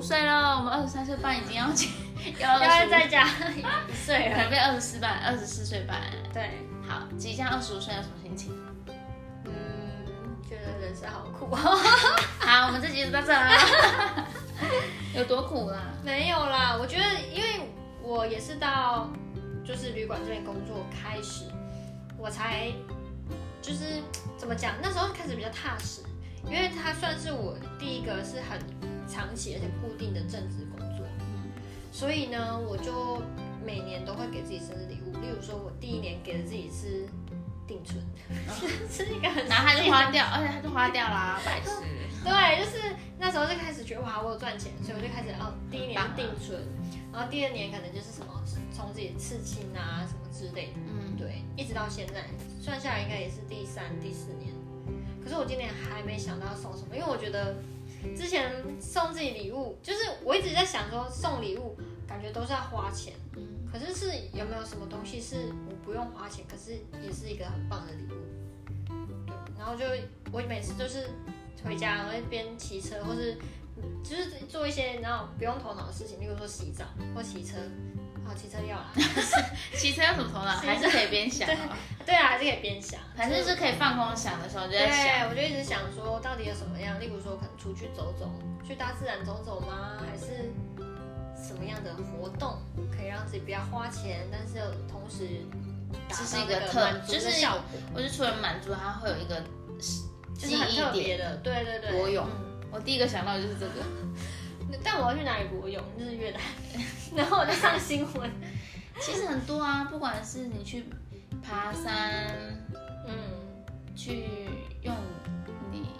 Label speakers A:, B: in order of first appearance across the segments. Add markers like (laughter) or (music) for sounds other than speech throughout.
A: 岁了，我们二十三岁半已经要结要
B: (laughs) 要
A: 二
B: 是
A: 十
B: 在家一岁
A: 可能
B: 了，
A: 变二十四半，二十四岁半。
B: 对，
A: 好，即将二十五岁有什么心
B: (laughs)
A: 情？
B: 嗯，觉得人生好苦啊，
A: 好，我们这集就到这啦。 (laughs) 有多苦啊
B: (laughs)
A: 啦？
B: 没有啦，我觉得因为我也是到就是旅馆这边工作开始，我才就是怎么讲，那时候开始比较踏实，因为它算是我第一个是很长期而且固定的正职工作，所以呢，我就每年都会给自己生日礼物，例如说我第一年给了自己是定存，是一个很
A: 然后他
B: 实
A: 就
B: 际的
A: 花掉，而且他就花掉
B: (laughs)
A: 啦，白痴。
B: 对，就是那时候就开始觉得哇，我有赚钱，所以我就开始哦，第一年是定存，然后第二年可能就是什么从自己刺青啊什么之类的，
A: 嗯，
B: 对，一直到现在算下来应该也是第三、第四年。可是我今年还没想到要送什么，因为我觉得之前送自己礼物，就是我一直在想说送礼物感觉都是要花钱，
A: 嗯
B: 可是是有没有什么东西是我不用花钱，可是也是一个很棒的礼物？对，然后就我每次就是回家，然后一边骑车，或是就是做一些然后不用头脑的事情，例如说洗澡或骑车。好，骑车要啦，
A: 骑车有什么头脑？
B: 骑车
A: 还是可以边想啊，
B: 对啊，还是可以边想，
A: 反正就是可以放空想的时候就
B: 对
A: 在想。，
B: 我就一直想说，到底有什么样？例如说，可能出去走走，去大自然走走吗？还是什么样的活动可以让自己不要花钱，但是同时达
A: 这是
B: 到
A: 一个
B: 那
A: 特
B: 满足
A: 就
B: 的
A: 是
B: 效果，
A: 我就除了满足，它会有一个
B: 就是
A: 记
B: 很特
A: 忆
B: 别
A: 点。
B: 的。对对对，
A: 裸泳
B: 嗯
A: 我第一个想到的就是这个。
B: 但我要去哪里裸泳？就是越南， (laughs) 然后我就上新
A: (laughs)
B: 闻。
A: 其实很多啊，不管是你去爬山，
B: 嗯，
A: 去用你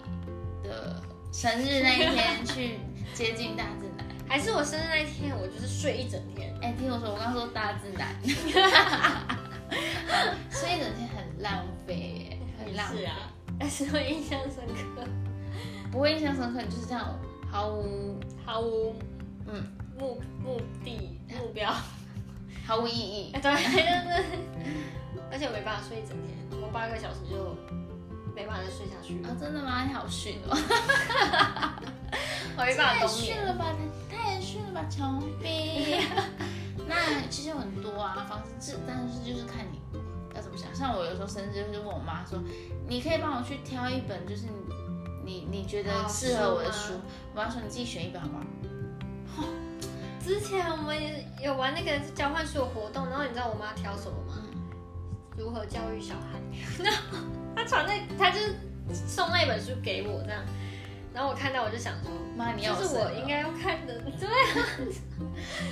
A: 的生日那一天去接近大自然。
B: 还是我生日那一天，我就是睡一整天。
A: 哎、听我说，我刚刚说大自然， (laughs) 所以整天很浪费耶，很浪
B: 是
A: 费。
B: 啊，但是我印象深刻，
A: 不会印象深刻，就是这样毫无
B: 毫无
A: 嗯
B: 目目的目标。
A: 毫无意义
B: 哎，。对，就是，而且我没办法睡一整天，我八个小时就没办法再睡下去
A: (laughs) 啊、
B: 了，
A: 真的吗？你好逊哦！
B: 我没
A: 太
B: 办法冬
A: 逊
B: 眠。
A: 了吧，太逊了吧，穷 (laughs) 逼。那其实有很多啊方式，这但是就是看你要怎么想。像我有时候甚至就是问我妈说，你可以帮我去挑一本，就是你你你觉得
B: 哦
A: 适合我的书
B: 书吗。
A: 我妈说你自己选一本好不好？
B: 之前我们也有玩那个交换书的活动，然后你知道我妈挑什么吗？如何教育小孩？ (laughs) 然后她传那，她就是送那本书给我这样，然后我看到我就想说，
A: 妈，你要
B: 这是
A: 生
B: 我
A: 了
B: 应该要看
A: (laughs)
B: 的，对，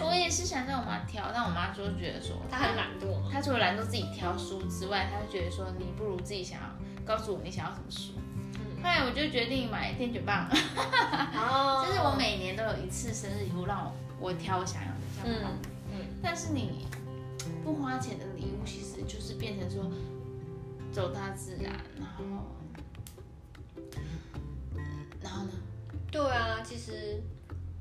A: 我也是想叫我妈挑，但我妈就觉得说
B: 她很懒惰嘛，
A: 她除了懒惰自己挑书之外，她就觉得说你不如自己想要告诉我你想要什么书。
B: 嗯
A: 后来我就决定买电卷棒，
B: 然后
A: 就是我每年都有一次生日礼物让我我挑我想要的，像我
B: 嗯嗯，
A: 但是你不花钱的礼物，其实就是变成说走大自然，然后，嗯然后呢，
B: 对啊，其实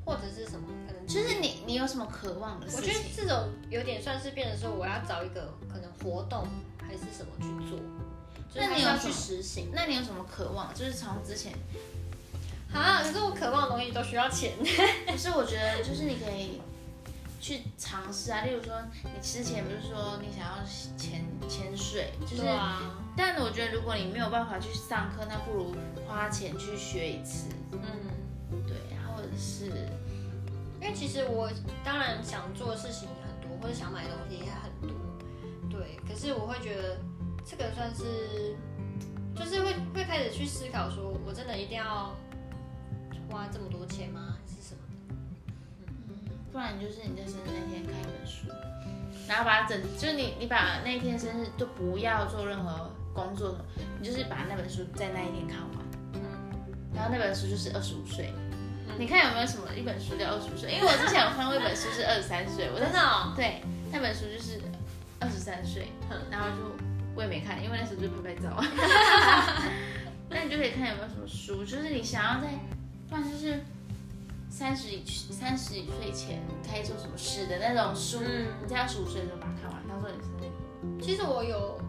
B: 或者是什么，可能
A: 就是你你有什么渴望的事
B: 我
A: 情？
B: 觉得这种有点算是变成说，我要找一个可能活动还是什么去做，就是
A: 那
B: 还
A: 你
B: 是
A: 有
B: 要
A: 什
B: 去
A: 么
B: 实行
A: 那你有什么渴望？就是从之前，
B: 啊。可是我渴望的东西都需要钱，
A: 不是我觉得就是你可以去尝试啊，例如说你之前不是说你想要潜潜水，就是，
B: 啊，
A: 但我觉得如果你没有办法去上课，那不如花钱去学一次，
B: 嗯，
A: 对，然后或者是
B: 因为其实我当然想做的事情也很多，或者想买的东西也很多，对。可是我会觉得这个算是，就是会会开始去思考说，我真的一定要花这么多钱吗？还是什么的？
A: 不然你就是你在生日那天看一本书，然后把它整，就是你你把那一天生日就不要做任何工作，你就是把那本书在那一天看完。然后那本书就是二十五岁，你看有没有什么一本书叫二十五岁？因为我之前有看过一本书是二十三岁，我
B: 真
A: 在
B: 的、哦，
A: 对那本书就是二十三岁，嗯然后就我也没看，因为那时候就拍拍照。那你就可以看有没有什么书，就是你想要在，不然就是三十以三十以岁前可以做什么事的那种书，
B: 嗯
A: 你在二十五岁的时候把它看完，当做你生日。
B: 其实我有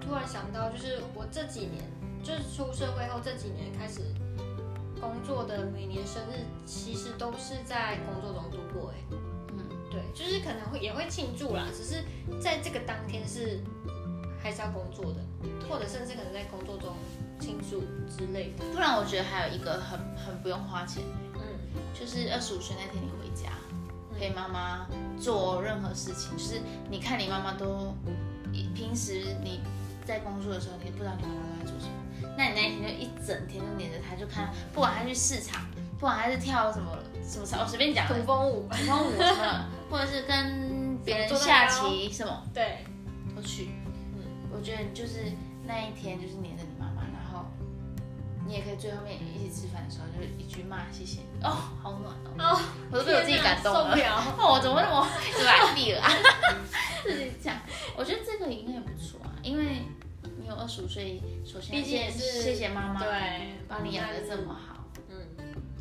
B: 突然想到，就是我这几年，就是出社会后这几年开始工作的每年生日其实都是在工作中度过、欸，哎，
A: 嗯，
B: 对，就是可能会也会庆祝啦，只是在这个当天是还是要工作的，或者甚至可能在工作中庆祝之类的，
A: 不然我觉得还有一个很很不用花钱，
B: 嗯，
A: 就是二十五岁那天你回家，陪妈妈做任何事情，就是你看你妈妈都，平时你在工作的时候，你不知道你妈妈在做什么，那你那一天就一整天就黏着她，就看，不管她去市场，不管她是跳什么什么操，我随便
B: (laughs)
A: 讲，
B: 土风舞，
A: 然后舞什么，或者是跟别人下棋什么，
B: (laughs) 对，
A: 都去。
B: 嗯
A: 我觉得就是那一天就是黏着你妈妈，然后你也可以最后面一起吃饭的时候，就是一句骂谢谢你，哦，好暖哦，
B: 哦，
A: 我都被我自己感动
B: 天哪
A: 了
B: 受不。了，
A: (laughs) 哦，我怎么那么怎么来地了
B: (laughs)
A: 啊？自己讲，我觉得这个应该也不错啊，因为你有二十五岁，首先
B: 毕竟也
A: 先
B: 是
A: 谢谢妈妈，，
B: 对，啊
A: 把你养的这么好，
B: 嗯，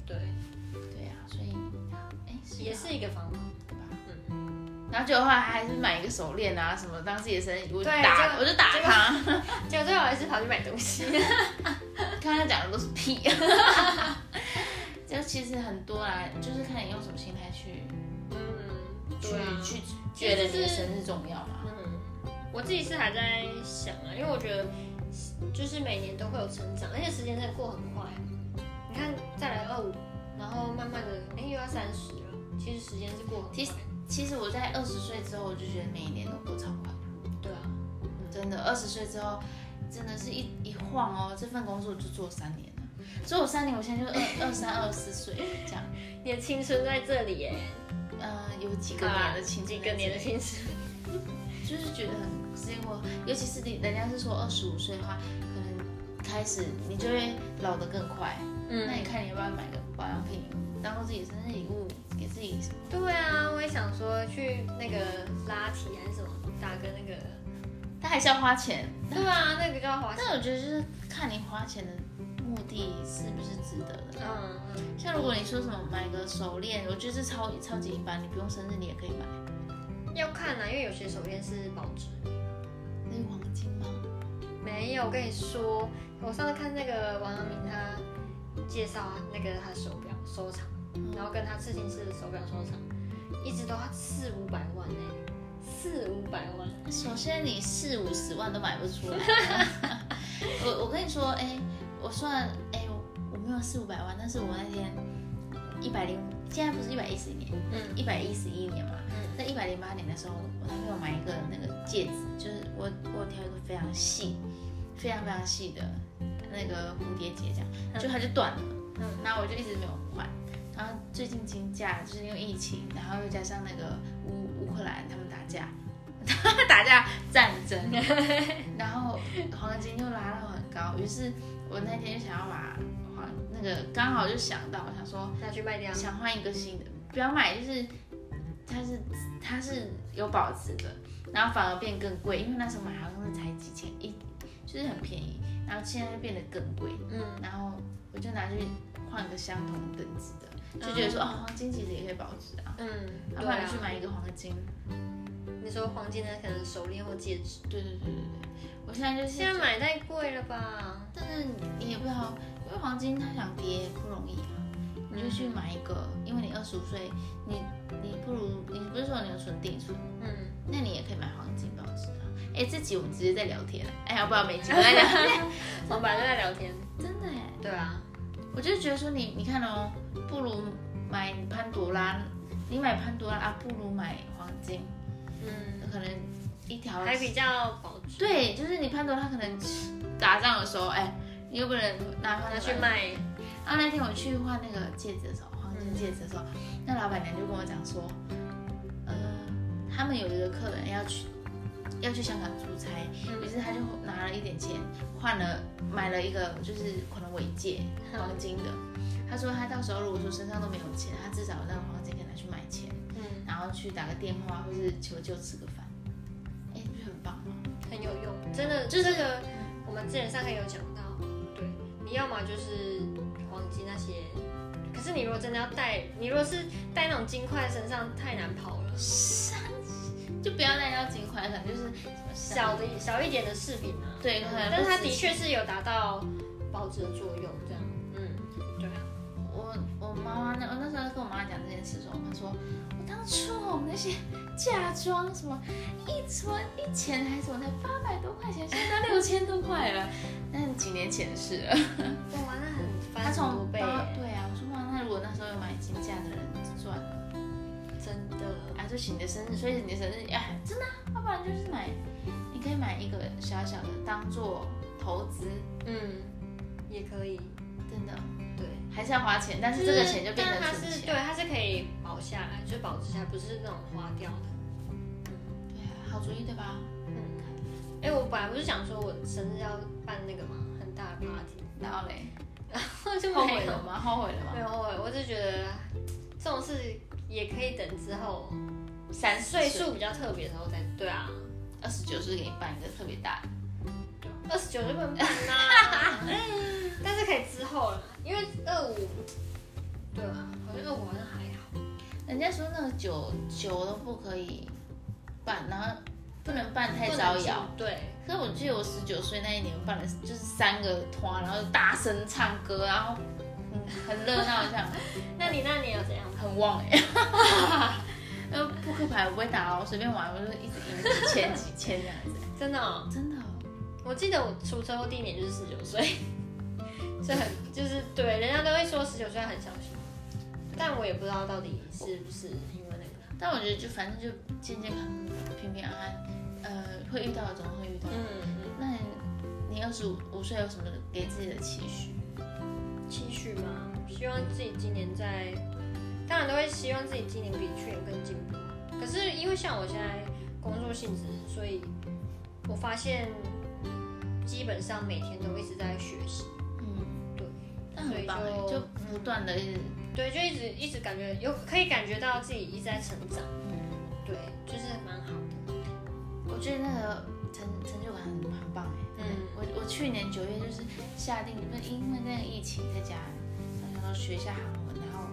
B: 对，
A: 对啊，所以哎是
B: 也
A: 啊
B: 是一个方法，
A: 对吧？然后结果后来他还是买一个手链啊什么，当自己的生日，我就
B: 对
A: 打
B: 这个
A: 我就打他，
B: 结果最后还是跑去买东西，
A: 看他讲的都是 (laughs) 屁。就其实很多啦，就是看你用什么心态去
B: 嗯，
A: 去
B: 对啊。
A: 去
B: 其
A: 觉得
B: 实
A: 你的
B: 是
A: 生日重要嘛。
B: 嗯，我自己是还在想啊，因为我觉得就是每年都会有成长，而且时间真的过很快。啊你看，再来二五，然后慢慢的，哎、又要三十了。其实时间是过很快。
A: 其实其实我在二十岁之后，我就觉得每一年都过超快。
B: 对啊，
A: 真的，二十岁之后，真的是一一晃哦，这份工作我就做三年了，所以我三年，我现 (laughs) 在就二二三二四岁这样，
B: 你的青春在这里耶，啊
A: 嗯、有几个年的青春，
B: 几个年的，青春，
A: 就是觉得很时间过，尤其是你人家是说二十五岁的话，可能开始你就会老得更快，那
B: 嗯，
A: 你看你要不要买个保养品，当做自己生日礼物给自己什么？
B: 对啊，我也想说去那个拉提还是什么，打个那个，
A: 但还是要花钱，
B: 对啊，那个叫滑翔，
A: 但我觉得就是看你花钱的目的是不是值得的。
B: 嗯嗯，
A: 像如果你说什么买个手链，我觉得这超超级一般，你不用生日你也可以买。
B: 要看啊，因为有些手链是保值的。
A: 那是黄金吗？
B: 没有，我跟你说，我上次看那个王阳明他介绍啊，那个他的手表收藏，然后跟他刺青师的手表收藏，一直都要四五百万呢、四五百万，
A: 首先你四五十万都买不
B: (laughs)
A: 出来。我我跟你说，哎、我算哎、我我没有四五百万，但是我那天一百零，现在不是一百一十年，
B: 嗯
A: 一百一十一年嘛，
B: 嗯
A: 在一百零八年的时候，我男朋友买一个那个戒指，就是我我挑一个非常细、非常非常细的那个蝴蝶结，这样，就它就断了。
B: 嗯
A: 然后我就一直没有换。然后最近金价就是因为疫情，然后又加上那个乌乌克兰他们打架， (laughs) 打架战
B: (laughs)
A: 争，然后黄金又拉到很高，于是我那天就想要把黄那个刚好就想到，我想说
B: 拿去卖掉，
A: 想换一个新的，不要买，就是它是它是有保值的，然后反而变更贵，因为那时候买好像是才几千一，就是很便宜，然后现在就变得更贵，
B: 嗯，
A: 然后我就拿去换个相同等值的，就觉得说、哦，黄金其实也可以保值啊，
B: 嗯，
A: 要不
B: 对
A: 然
B: 啊
A: 去，买一个黄金，
B: 你说黄金的可能手链或戒指，
A: 对对对对对，我现在就是
B: 现在买太贵了吧？
A: 但是你也不知道，因为黄金它想跌不容易啊，你就去买一个，因为你二十五岁，你你不如你不是说你有存定存，
B: 嗯，
A: 那你也可以买黄金保值啊。哎，这集我们直接在聊天了，哎，要不要每集都在聊天？
B: 我们本来就在聊天，
A: 真的哎，
B: 嗯对啊，
A: 我就觉得说你你看哦，不如买潘多拉，你买潘多拉啊，不如买黄金，
B: 嗯，
A: 可能一条
B: 还比较保值，
A: 对，就是你潘多拉可能打仗的时候，哎，你又不能拿它
B: 拿去卖，
A: 然后那天我去换那个戒指的时候，黄金戒指的时候，那老板娘就跟我讲说，呃，他们有一个客人要去要去香港出差，
B: 嗯
A: 于是他就拿了一点钱换了买了一个就是可能尾戒
B: 嗯
A: 黄金的。他说他到时候如果说身上都没有钱，他至少有那个黄金可以拿去买钱，
B: 嗯，
A: 然后去打个电话或是求救吃个饭，哎，不是很棒吗？
B: 很有用，真的，就这个我们之前上课有讲到，对，你要么就是黄金那些，可是你如果真的要带，你如果是带那种金块身上太难跑了，
A: 就不要带到金块，可能就是什么
B: 小的小一点的饰品啊，
A: 对，可能
B: 但是它
A: 不止
B: 的确是有达到保值的作用，这样，嗯，对啊，
A: 妈那我那时候跟我妈讲这件事的时候，我妈说，我当初我们那些嫁妆什么一什么一钱还是什么才八百多块钱，现在都六千多块了，那是几年前的事了。
B: 哇，那很
A: 她
B: 翻
A: 从
B: 很多
A: 八
B: 倍耶，
A: 对啊，我说哇，那如果那时候有买金价的人赚了
B: 真的。
A: 啊，就是你的生日，所以你的生日哎，真的啊、要不然就是买，你可以买一个小小的当做投资，
B: 嗯，也可以，
A: 真的
B: 对。
A: 还是要花钱，但是这个钱就变成
B: 但它
A: 存
B: 是
A: 钱。
B: 对，它是可以保下来，就是保值下来，不是那种花掉的。
A: 对啊，好主意对吧？
B: 嗯，哎、我本来不是想说我生日要办那个嘛，很大的 party，
A: (laughs) 然后嘞，
B: 就
A: 后
B: 没
A: 悔
B: 有
A: 了吗？后悔了吗？
B: 没有后悔，我只是觉得这种事也可以等之后
A: 三十
B: 岁
A: 岁数
B: 数比较特别的时候再对啊。
A: 二十九岁给你办一个特别大的，
B: 二十九就不能办啦，啊 (laughs) 但是可以之后啦，因为二五，对吧？好像二五好像还好，
A: 人家说那个酒酒都不可以办，然后不能办太
B: 不能
A: 招
B: 进
A: 摇。。
B: 对，
A: 可是我记得我十九岁那一年办了就是三个团，然后大声唱歌，然后嗯很热闹，这样
B: 那你那年有怎样？
A: 很旺哎、 (laughs) 呃，扑克牌我不会打哦，随便玩，我就一直赢几千几千这样子，
B: 真的、哦，
A: 真的哦、
B: 我记得我出车祸第一年就是十九岁， (laughs) 这很就是对，人家都会说十九岁很小心，但我也不知道到底是不是因为那个。
A: 但我觉得就反正就健健康康、平平安安，呃，会遇到的总会遇到。
B: 嗯，
A: 那你你二十五五岁有什么给自己的期许？
B: 期许吗？希望自己今年在，当然都会希望自己今年比去年更进步。可是因为像我现在工作性质，所以我发现基本上每天都一直在学习。
A: 嗯，
B: 对，
A: 那很棒欸，
B: 所以
A: 就
B: 就
A: 不断的一直，
B: 对，就一直一直感觉有可以感觉到自己一直在成长，对，就是蛮好的。
A: 我觉得那个成成就感很很棒哎。
B: 嗯
A: 我我去年九月就是下定，因为因为那个疫情在家，然后学一下韩文，然后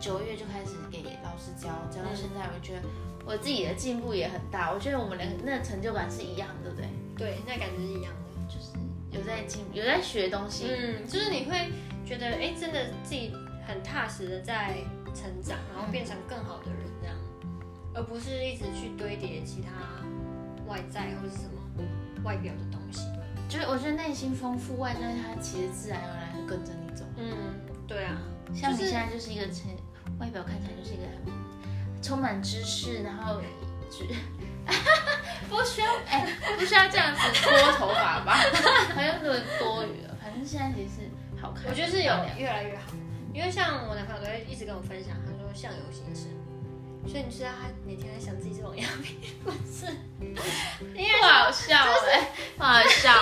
A: 九月就开始给老师教，教到现在，我觉得我自己的进步也很大。我觉得我们两个那个成就感是一样的，对不对？
B: 对，那感觉是一样的。
A: 就是有在进，有在学东西。
B: 嗯，就是你会觉得，哎，真的自己很踏实的在成长，然后变成更好的人这样，而不是一直去堆叠其他外在或是什么外表的东西。
A: 就是我觉得内心丰富，外在它其实自然而然会跟着你走。
B: 嗯，对啊，
A: 像你
B: 就是
A: 现在就是一个成，外表看起来就是一个很充满知识，然后只 (laughs) 不需要哎、不需要这样子拨头发吧， (laughs) 好像有点多余了。反正现在其实是好看，
B: 我觉得是有
A: 漂亮
B: 越来越好，因为像我男朋友都会一直跟我分享，他说相由心生，所以你知道他每天在想自己是王阳明，不是？因为
A: 不好笑哎、不好 (laughs) 笑。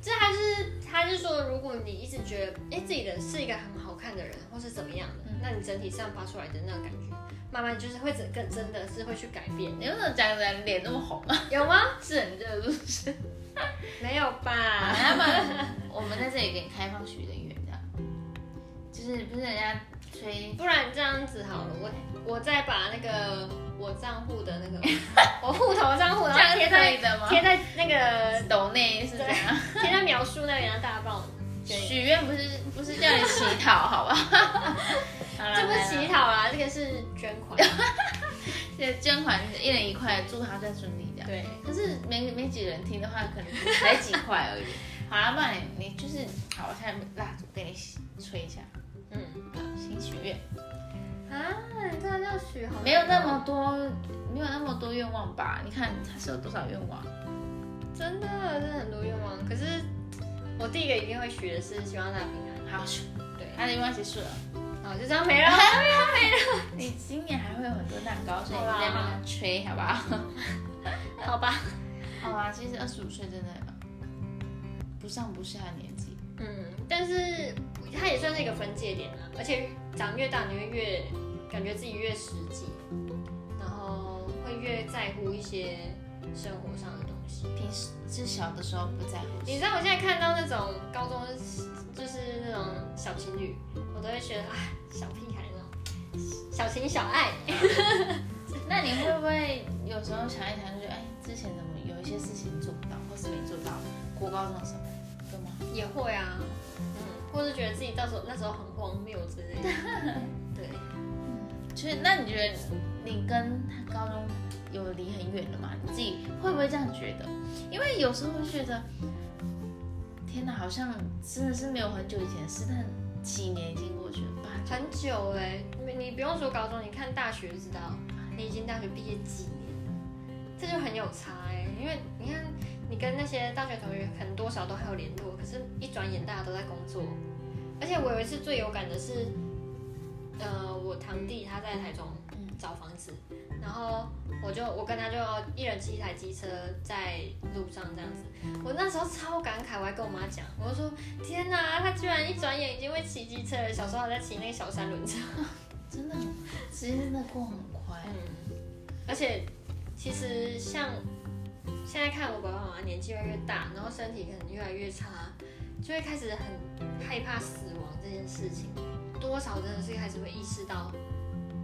B: 这他就是他是说，如果你一直觉得哎、诶自己的是一个很好看的人，或是怎么样的，
A: 嗯
B: 那你整体上发出来的那个感觉，慢慢就是会整个真的是会去改变，
A: (laughs) 你为什么讲着脸那么红啊？
B: 有吗？
A: 是很热，是不是？
B: 没有吧？
A: 要不然我们在这里给你开放许个愿，这样就是不是人家吹
B: 不然这样子好了，我我再把那个我账户的那
A: (laughs)
B: 个我户头账户，然后贴在
A: 的吗
B: 贴在那个
A: 抖内是这样，
B: 贴在描述那里，让大家帮我捐一下。
A: 许愿不是不是叫你乞讨，好 (laughs) 吧？好了，
B: 这不是乞讨啦，这个是捐
A: (laughs)
B: 款。
A: 这捐款一人一块，祝他更顺利这样。
B: 对，
A: 可是没没几个人听的话，可能才几块而已。 (laughs) 好了，不然你你就是好，我现在蜡烛给你吹一下，
B: 嗯
A: 好，先许愿，
B: 啊，你这样叫许好，
A: 没有那么多，没有那么多愿望吧？你看他是有多少愿望？
B: 真的，真的很多愿望。可是我第一个一定会许的是希望大家平安。
A: 好，许
B: 对，
A: 他的愿望结束了。
B: 好，就这样没了。
A: 你今年还会有很多蛋糕，所以
B: 好啦
A: 你再慢慢吹，好不好？ (laughs)
B: 好吧，
A: 好啊，其实二十五岁真的不上不下的年纪，
B: 嗯，但是它也算是一个分界点啊。而且长越大，你会越感觉自己越实际，然后会越在乎一些生活上的东西。
A: 平时是小的时候不在乎。
B: 你知道我现在看到那种高中就是那种小情侣，我都会觉得啊，小屁孩那种小情小爱。
A: 那你会不会有时候想一想，就觉得哎，之前怎么有一些事情做不到，或是没做到？国高中的时候，对吗？
B: 也会啊，嗯，或是觉得自己到时候那时候很荒谬之类的。对，
A: 所以那你觉得你跟他高中有离很远了吗？你自己会不会这样觉得？因为有时候会觉得，天哪，好像真的是没有很久以前的事，但几年已经过去了吧？
B: 很久哎、你你不用说高中，你看大学就知道，你已经大学毕业几年了，这就很有差哎、因为你看，你跟那些大学同学可能多少都还有联络，可是一转眼大家都在工作。而且我有一次最有感的是，呃，我堂弟他在台中
A: 嗯
B: 找房子，然后我就我跟他就一人骑一台机车在路上这样子。我那时候超感慨，我还跟我妈讲，我就说天哪，他居然一转眼已经会骑机车了。小时候还在骑那个小三轮车，
A: 真的，时间真的过很快。啊
B: 嗯，而且其实像现在看我爸爸妈妈年纪越来越大，然后身体可能越来越差，就会开始很害怕死亡这件事情，多少真的是开始会意识到，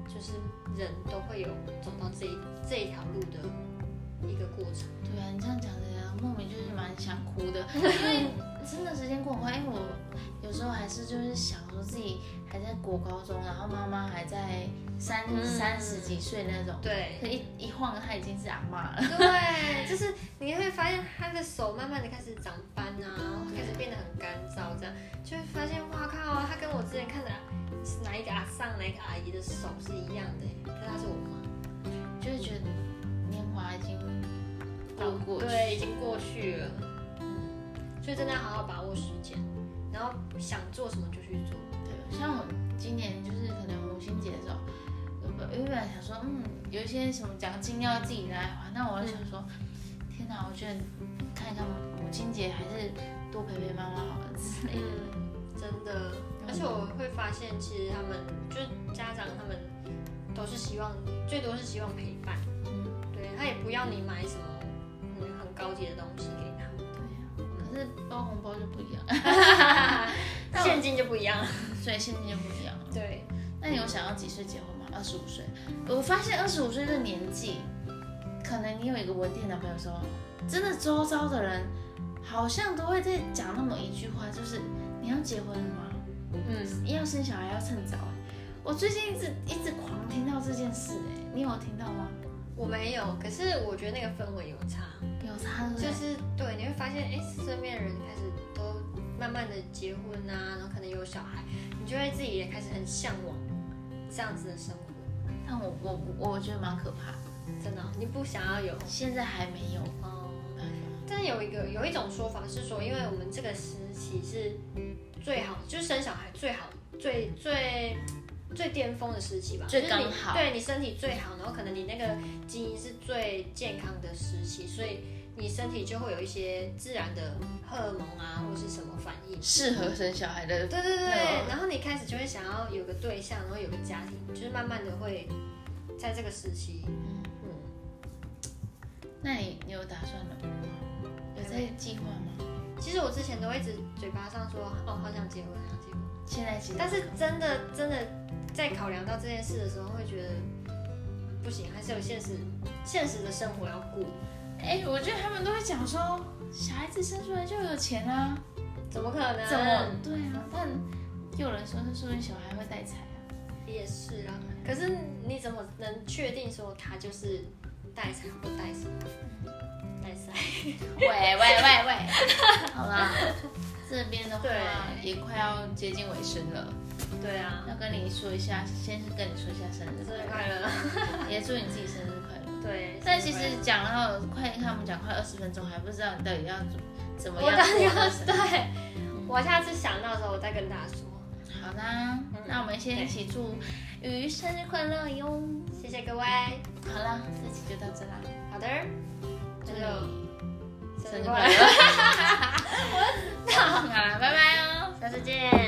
B: 就是人都会有走到这一这一条路的一个过程。
A: 对啊，你这样讲的，莫名就是蛮想哭
B: (laughs)
A: 的，因为真的时间过很快。因为我有时候还是就是想说自己还在国高中，然后妈妈还在三
B: 嗯
A: 三十几岁那种，
B: 对，
A: 可一一晃她已经是阿妈了。
B: 对，就是你会发现他的手慢慢的开始长斑啊，然后开始变得很干燥，这样就会发现，哇靠，他跟我之前看的哪一个阿上哪一个阿姨的手是一样的，可是她是我妈，
A: 就会觉得年华已经过过去，
B: 对，已经过去了，嗯，所以真的要好好把握时间，然后想做什么就去做，
A: 对像我今年就是可能母亲节的时候，原本原本想说，嗯，有一些什么奖金要自己来还，那我就想说，嗯天哪，我觉得看一看母亲节还是多陪陪妈妈好了之类的。
B: 嗯，真的，而且我会发现，其实他们就是家长他们都是希望，最多是希望陪伴。
A: 嗯，
B: 对他也不要你买什么嗯很高级的东西给他，
A: 对呀、可是包红包就不一样， (laughs) 但我
B: (laughs) 现金就不一样了。
A: 所以现金就不一样了。
B: 对，
A: 那你有想要几岁结婚吗？二十五岁。我发现二十五岁这年纪，可能你有一个稳定的男朋友的时候，真的周遭的人好像都会在讲那么一句话，就是你要结婚了吗？
B: 嗯，
A: 要生小孩要趁早、欸。我最近一直一直狂听到这件事、哎，你有听到吗？
B: 我没有，可是我觉得那个氛围有差，
A: 有差对
B: 嗯
A: 不对
B: 就是对你会发现，哎，身边的人开始都慢慢的结婚啊，然后可能有小孩，你就会自己也开始很向往这样子的生活，
A: 但我我我我觉得蛮可怕的，
B: 真的哦、你不想要有
A: 现在还没有。嗯
B: 哦，但是有一个有一种说法是说，因为我们这个时期是最好，就是生小孩最好、最最最巅峰的时期吧，
A: 最
B: 就是你
A: 刚好
B: 对你身体最好，然后可能你那个基因是最健康的时期，所以你身体就会有一些自然的荷尔蒙啊，或者是什么反应。
A: 适合生小孩的，
B: 对对
A: 那
B: 对，
A: 个
B: 然后你开始就会想要有个对象，然后有个家庭，就是慢慢的会在这个时期，
A: 嗯
B: 嗯，
A: 那你你有打算了吗？有在计划吗？
B: 其实我之前都会一直嘴巴上说，哦，好想结婚，好想结婚。
A: 现在其实
B: 但是真的真的在考量到这件事的时候，会觉得不行，还是有现实现实的生活要顾。
A: 哎、我觉得他们都会讲说，小孩子生出来就有钱啊，
B: 怎么可能？
A: 怎么？对啊？但也有人说，那说明小孩会带财啊。
B: 也是啊。可是你怎么能确定说他就是带财或带什么？带财？
A: 喂喂喂喂， (laughs) 好啦，这边的话
B: 对
A: 也快要接近尾声了，
B: 对啊，
A: 要跟你说一下，先是跟你说一下生日
B: 生
A: 快
B: 日
A: 乐，
B: 快乐。
A: 也祝你自己生日快乐。
B: 对，
A: 但其实讲到快，看我们讲快二十分钟，还不知道你到底要怎么
B: 我
A: 样
B: 到底要
A: 过你的生日
B: 对，我下次想到的时候我再跟大家说。
A: 好啦，那我们先一起祝鱼生日快乐哟！
B: 谢谢各位。
A: 好啦，这期就到这啦，
B: 好的，
A: 祝
B: 那
A: 你
B: 就生
A: 生日
B: 日
A: (laughs) 快
B: 快乐
A: 乐！，好啦，拜拜哦。
B: 下次见。